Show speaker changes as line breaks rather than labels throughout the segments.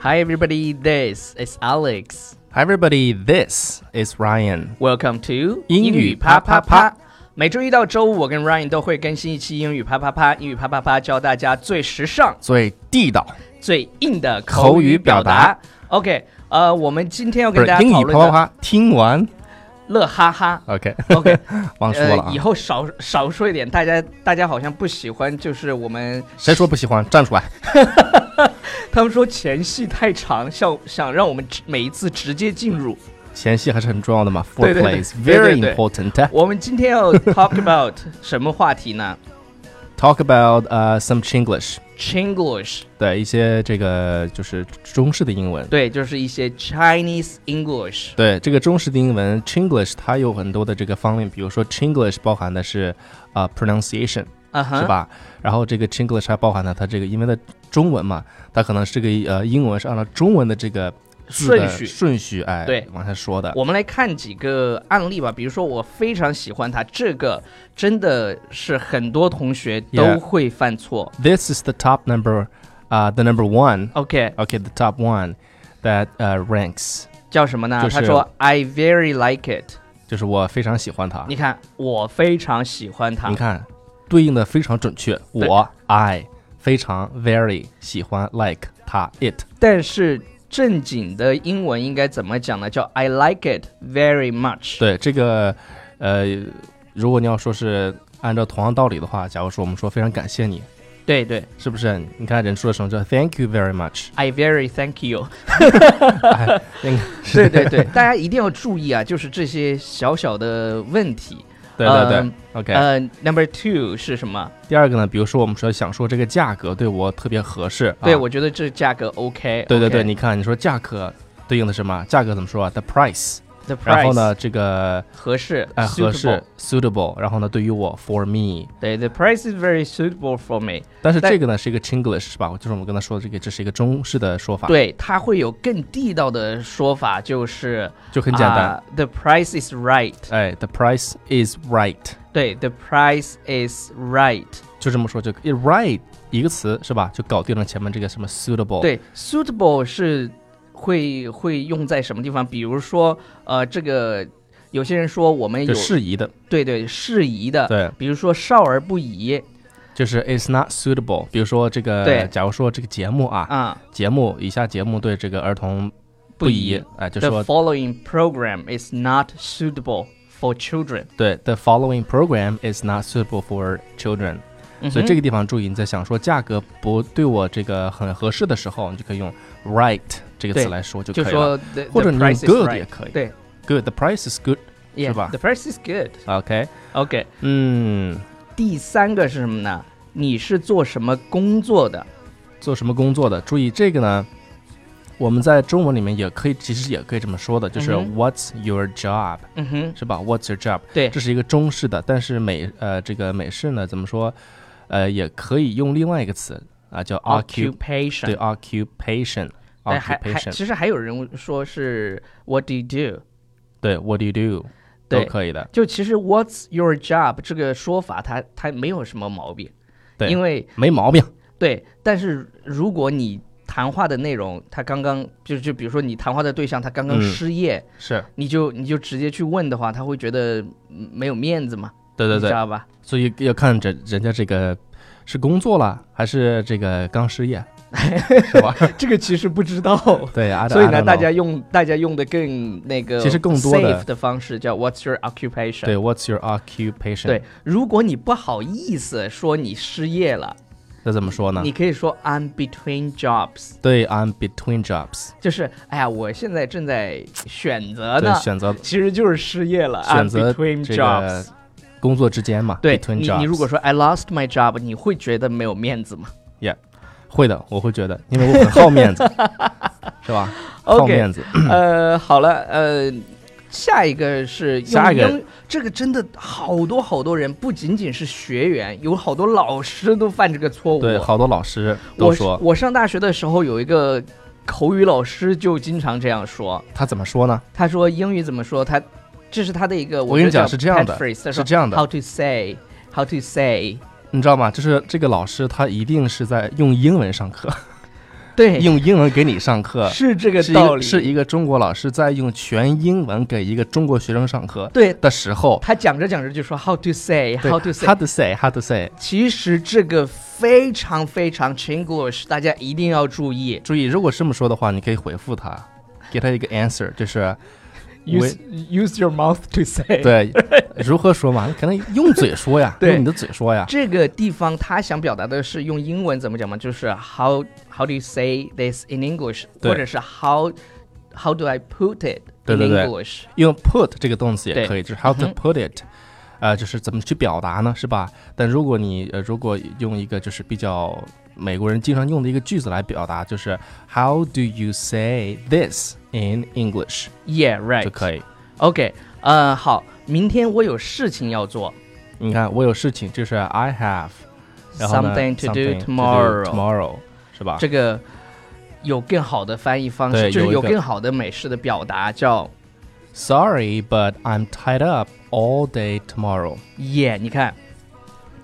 Hi everybody, this is Alex.
Hi everybody, this is Ryan.
Welcome to
英语啪啪啪。
每周一到周五，我跟 Ryan 都会更新一期英语啪啪啪。英语啪啪啪教大家最时尚、
最地道
最硬的
口
语
语
表
表
达
达。
OK，呃，我们今天要
不
跟
是
大家
英
讨
语
论
啪啪
的
啪，听完
乐哈哈。
OK，
OK，
忘说了啊
呃，以！后少少说一点，大家大家好像不喜欢，就是我们
谁说不喜欢，站出来！
他们说前戏太长，想想让我们直每一次直接进入。
前戏还是很重要的嘛
对对对
，foreplay is very
对对对
important.
我们今天要 talk about 什么话题呢
Talk about uh some Chinglish，
？Chinglish，
对一些这个就是中式的英文。
对，就是一些 Chinese English。
对这个中式的英文 Chinglish，它有很多的这个方面，比如说 Chinglish 包含的是啊、呃 pronunciation，
嗯哼，
是？吧？然后这个 Chinglish 还包含了它这个，因为它中文嘛，它可能是这个呃英文是按照中文的这个字
顺
的
序。
顺序，哎，
对
往下说的。
我们来看几个案例吧，比如说我非常喜欢它，这个真的是很多同学都
Yeah
会犯错。
This is the top number, uh, the number one.
OK，
Okay, the top one that uh, ranks，
叫什么呢？
就是
他说 I very like it。
就是我非常喜欢它。
你看，我非常喜欢它
你。看，对应的非常准确。我 I 非常 very 喜欢 like 它 it。
但是正经的英文应该怎么讲呢？叫 I like it very much。
对这个，呃，如果你要说是按照同样道理的话，假如说我们说非常感谢你，
对对
是不是？你看人说的什么叫 Thank you very much？
i very thank you。
哎， 那个是
对对对，大家一定要注意啊，就是这些小小的问题。
对对对
嗯
，OK。啊
呃，Number two 是什么？
第二个呢，比如说我们说想说这个价格对我特别合适，
对，
啊
我觉得这价格 OK。
对对对，你看你说价格对应的什么？价格怎么说啊？The price。
，The
然后
price
呢，这个
合适，
哎合适
suitable。
suitable，然后呢，对于我 for me。
对，The price is very suitable for me。
但是
但
这个呢是一个 Chinglish 是吧？就是我们刚才说的这个，这是一个中式的说法，，
对，它会有更地道的说法，就是
就很简单。
啊 The price is right。
哎，the price is right，
对，The price is right。
就这么说就 it right 一个词是吧？就搞定了前面这个什么 suitable。，
对，suitable 是会会用在什么地方？比如说，呃，这个有些人说我们有呃
就适宜的。
对对适宜的，
对，
比如说少儿不宜
就是 it's not suitable。比如说这
对
个，假如说这个节目啊，
啊、
节目以下节目对这个儿童不宜，哎，就
The
说
following program is not suitable for children。
对 the following program is not suitable for children。所以
嗯
这
个
个地方注意，你在想说价格不对我这个很合适的时候，你就可以用 right 这个
对
词来说就
就
可以了，
说 the, the
或者你用
price is
good 也
right。
可以。
对
，good the price is good。
Yeah,
是吧
The price is good.
OK，
OK，
嗯，
第三个是什么呢？你是做什么工作的？
做什么工作的？注意这个呢，我们在中文里面也可以，其实也可以这么说的，就是
嗯哼
What's your job？
嗯哼，
是吧？What's your job？
对
这是一个中式的，但是美呃这个美式呢，怎么说？呃，也可以用另外一个词啊，叫 occup，
，occupation
对 occupation。
哎，还还
occupation，
其实还有人说是 What do you do？
对，what do you do，
对
都可以的，
就其实 What's your job 这个说法它，它没有什么毛病，
对
因为
没毛病。
对，但是如果你谈话的内容，他刚刚就就比如说你谈话的对象他刚刚
嗯
失业，
是，
你就你就直接去问的话，他会觉得嗯没有面子嘛，
对对
你知
对，
道吧？
所以要看人人家这个是工作了，还是这个刚失业，是吧？
这个其实不知道。
对，I don't-
所以
I
呢，
don't
大
know
家用大家用的更那个，
其实更多的
safe 的方式叫 What's your occupation？
对，What's your occupation？
对，如果你不好意思说你失业了，
那怎么说呢
你？可以说 I'm between jobs，
对，I'm between jobs，
就是哎呀，我现在正在选择
对
呢，，
选择
其实就是失业了。
选
啊 I'm
择
between
这个
jobs，
工作之间嘛。
对
between
你
jobs
你如果说 I lost my job，你会觉得没有面子吗
会的，我会觉得，因为我很好 面子，是吧？好
？OK，
面子，
呃，好了，呃。下一个是用
下一个
英，这个真的好多好多人，不仅仅是学员，有好多老师都犯这个错误。
对，好多老师都
我
说
我上大学的时候有一个口语老师就经常这样说，
他怎么说呢？
他说英语怎么说？他这是他的一个
我跟你讲
觉得
是
叫
这样的
catchphrase，他说
是这样的
How to say, how to say，
你知道吗？就是这个老师他一定是在用英文上课，
对，
用英文给你上课，
是这个
是一
道理，
是一个中国老师在用全英文给一个中国学生上课
对。
的时候，
他讲着讲着就说 how to say，how
对
to say，
how to say，how to say，
其实这个非常非常 Chinglish，大家一定要注意。
注意，如果这么说的话，你可以回复他，给他一个 answer，就是
Use use your mouth to say。，
对如何说嘛，可能用嘴说呀，
对
用你的嘴说呀，
这个地方他想表达的是用英文怎么讲嘛？就是 how how do you say this in English，
对
或者是 how how do I put it
对
in
对对
English？
用 put 这个动词也
对
可以，就是 how to
嗯
put it，、呃，就是怎么去表达呢，是吧？但如果你呃，如果用一个就是比较美国人经常用的一个句子来表达，就是 how do you say this in English
Yeah, right.
就可
以。
以。
OK，呃，好，明天我有事情要做
你看，我有事情，就是 I have，然后呢
，something to
something
do
to
tomorrow。
tomorrow 是吧？
这个有更好的翻译方式，
啊对
就是
有一
有
个
更好的美式的表达，叫
Sorry, but I'm tied up all day tomorrow，
yeah。你看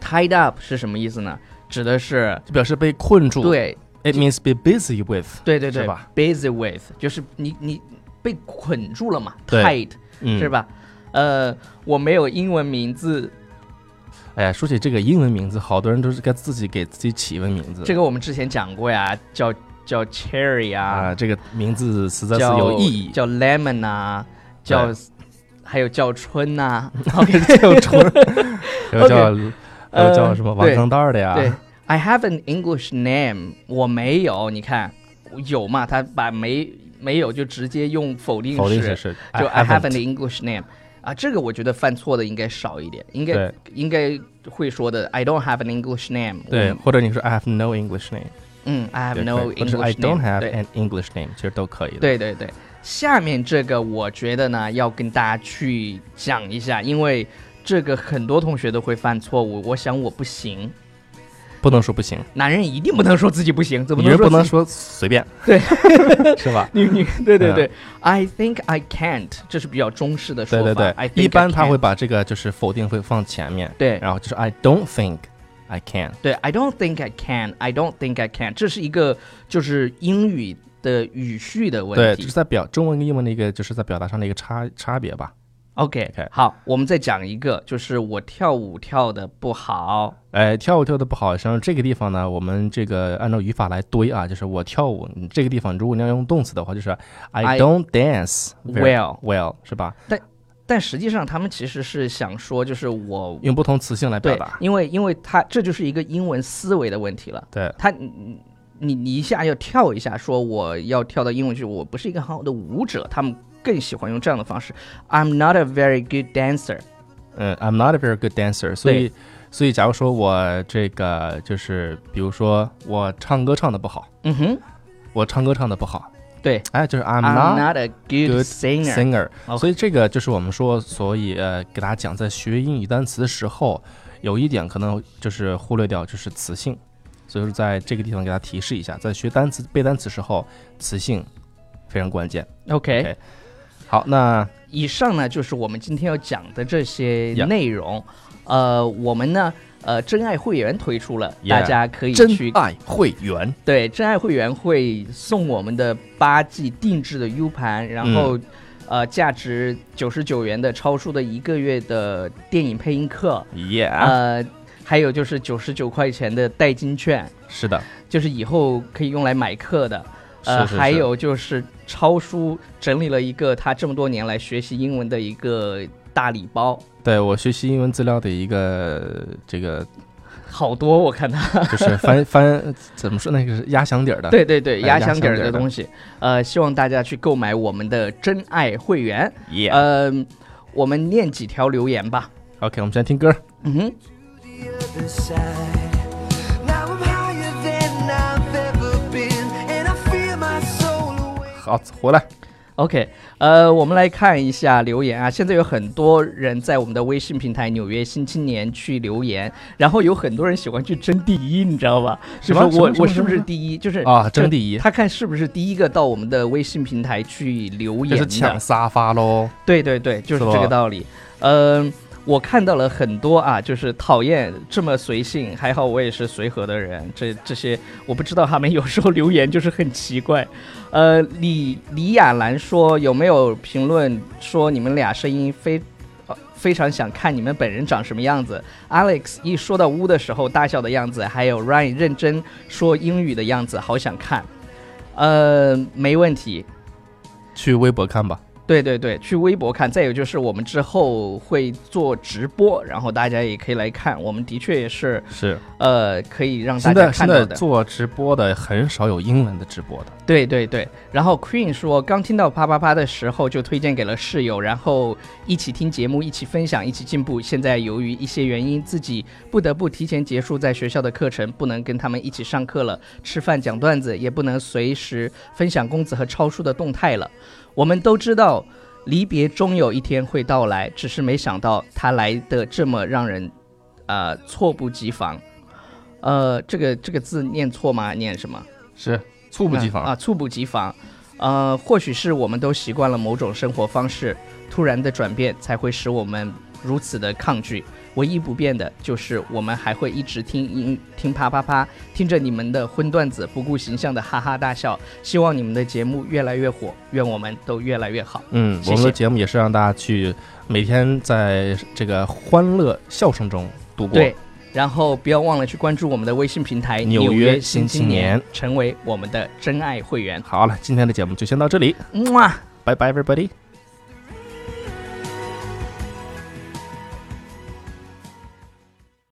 ，tied up 是什么意思呢？指的是
就表示被困住。
对
，It means be busy with。
对对
是
对
吧
，busy with 就是你你被捆住了嘛
对
，tied
嗯，
是吧？呃，我没有英文名字，
哎呀，说起这个英文名字，好多人都是该自己给自己起一个名字。
这个我们之前讲过呀，叫叫 cherry 啊，
啊，这个名字实在是
叫
有意义。
叫 lemon 啊，叫还有叫春啊 呐、
叫春，有叫有
呃
叫什么王
对
钢蛋儿的
对
呀？
，I have an English name，我没有，你看有嘛？他把没没有就直接用否定
否定
式，
是
就 I have an
haven't
English name 啊，这个我觉得犯错的应该少一点，应该
对
应该会说的 I don't have an English name，
对，
我，
或者你说 I have no English name，
嗯，I have
也可以
no
或者是 I
English
don't
name，
have
对
an English name，其实都可以的。
对对对。下面这个我觉得呢，要跟大家去讲一下，因为这个很多同学都会犯错误。我想我不行，
不能说不行，
男人一定不能说自己不行，怎么
女人
能说
不能
自己
说随便，
对，
是吧？
女女，对 对
嗯
对、i think I can't，这是比较中式的说
对
法。
对对
I，think
一般他
I
会
can't
把这个就是否定会放前面，
对
然后就是 I don't think I can，
对，I don't think I can，I don't think I can，这是一个就是英语的语序的
对，
问
就
题
是。在表中文跟英文的一个就是在表达上的一个差差别吧。
OK，,
OK
好，我们再讲一个，就是我跳舞跳的不好。
哎，跳舞跳的不好，像这个地方呢，我们这个按照语法来堆啊，就是我跳舞，你这个地方如果你要用动词的话，就是 I
I
don't dance very
well
well 是吧？
但实际上，他们其实是想说，就是我
用不同词性来表
对
达，。
因为因为他这就是一个英文思维的问题了。
对
他你你你一下要跳一下，说我要跳到英文去，我不是一个很好的舞者，他们更喜欢用这样的方式。I'm not a very good dancer。
嗯，I'm not a very good dancer，所以所以假如说我这个就是比如说我唱歌唱的不好，
嗯哼，
我唱歌唱的不好，
对
哎，就是 I'm
，I'm
not
not a good
good
singer。
singer，
OK
所以这个就是我们说，所以呃，给大家讲，在学英语单词的时候，有一点可能就是忽略掉，就是词性。所以说，在这个地方给大家提示一下，在学单词背单词时候，词性非常关键。
OK，
好，那
以上呢就是我们今天要讲的这些
Yeah
内容。呃，我们呢，呃，真爱会员推出了
Yeah
大家可以
真
去
爱会员，
对，真爱会员会送我们的八 G 定制的 U 盘，然后、呃，价值九十九元的超出的一个月的电影配音课，
耶、
呃，还有就是九十九块钱的代金券，
是的，
就是以后可以用来买课的。呃，
是是是
还有就是超叔整理了一个他这么多年来学习英文的一个大礼包，
对我学习英文资料的一个这个
好多我看他。
就是翻翻怎么说那个是压箱底儿的，
对对 对，
哎
压
压
箱底
箱
儿
底儿
的
的
东西。呃，希望大家去购买我们的真爱会员。
耶、
嗯，我们念几条留言吧。
OK，我们先听歌。
嗯哼。
the other side. Now I'm higher than I've ever been, and I feel my soul away.
好，回来。
OK，呃，我们来看一下留言啊。现在有很多人在我们的微信平台《纽约新青年》去留言，然后有很多人喜欢去争第一，你知道吧？
什
就
么
说我
什么什么
我是不
什
是
么
第一？就是
啊
就
争第一
他看是不是第一个到我们的微信平台去留
这
言
是
的
抢。沙发喽，
对对对，就是
是吧
这个道理。嗯、我看到了很多啊，就是讨厌这么随性，还好我也是随和的人。这这些我不知道他们有时候留言就是很奇怪。呃，李李亚兰说有没有评论说你们俩声音非、呃非常想看你们本人长什么样子？Alex 一说到污的时候大笑的样子，还有 Ryan 认真说英语的样子，好想看。呃，没问题，
去微博看吧。
对对对，去微博看。再有就是我们之后会做直播，然后大家也可以来看。我们的确也是
是，
呃，可以让大家
现在
看
现
到
在
的。
做直播的很少有英文的直播的，
对对对。然后 Queen 说，刚听到啪啪啪的时候就推荐给了室友，然后一起听节目，一起分享，一起进步。现在由于一些原因，自己不得不提前结束在学校的课程，不能跟他们一起上课了，吃饭讲段子，也不能随时分享公子和超叔的动态了。我们都知道，离别终有一天会到来，只是没想到它来的这么让人，呃，猝不及防。呃，这个这个字念错吗？念什么？
是猝不及防。
啊，啊猝不及防。呃，或许是我们都习惯了某种生活方式，突然的转变才会使我们如此的抗拒。唯一不变的就是我们还会一直听音听啪啪啪，听着你们的荤段子，不顾形象的哈哈大笑。希望你们的节目越来越火，愿我们都越来越好。
嗯，
谢
我们
谢
的节目也是让大家去每天在这个欢乐笑声中度过。
对，然后不要忘了去关注我们的微信平台《
纽
纽
约
约
新
新
青
青年
年》，
成为我们的真爱会员。
好了，今天的节目就先到这里，
嗯啊。
拜拜，everybody。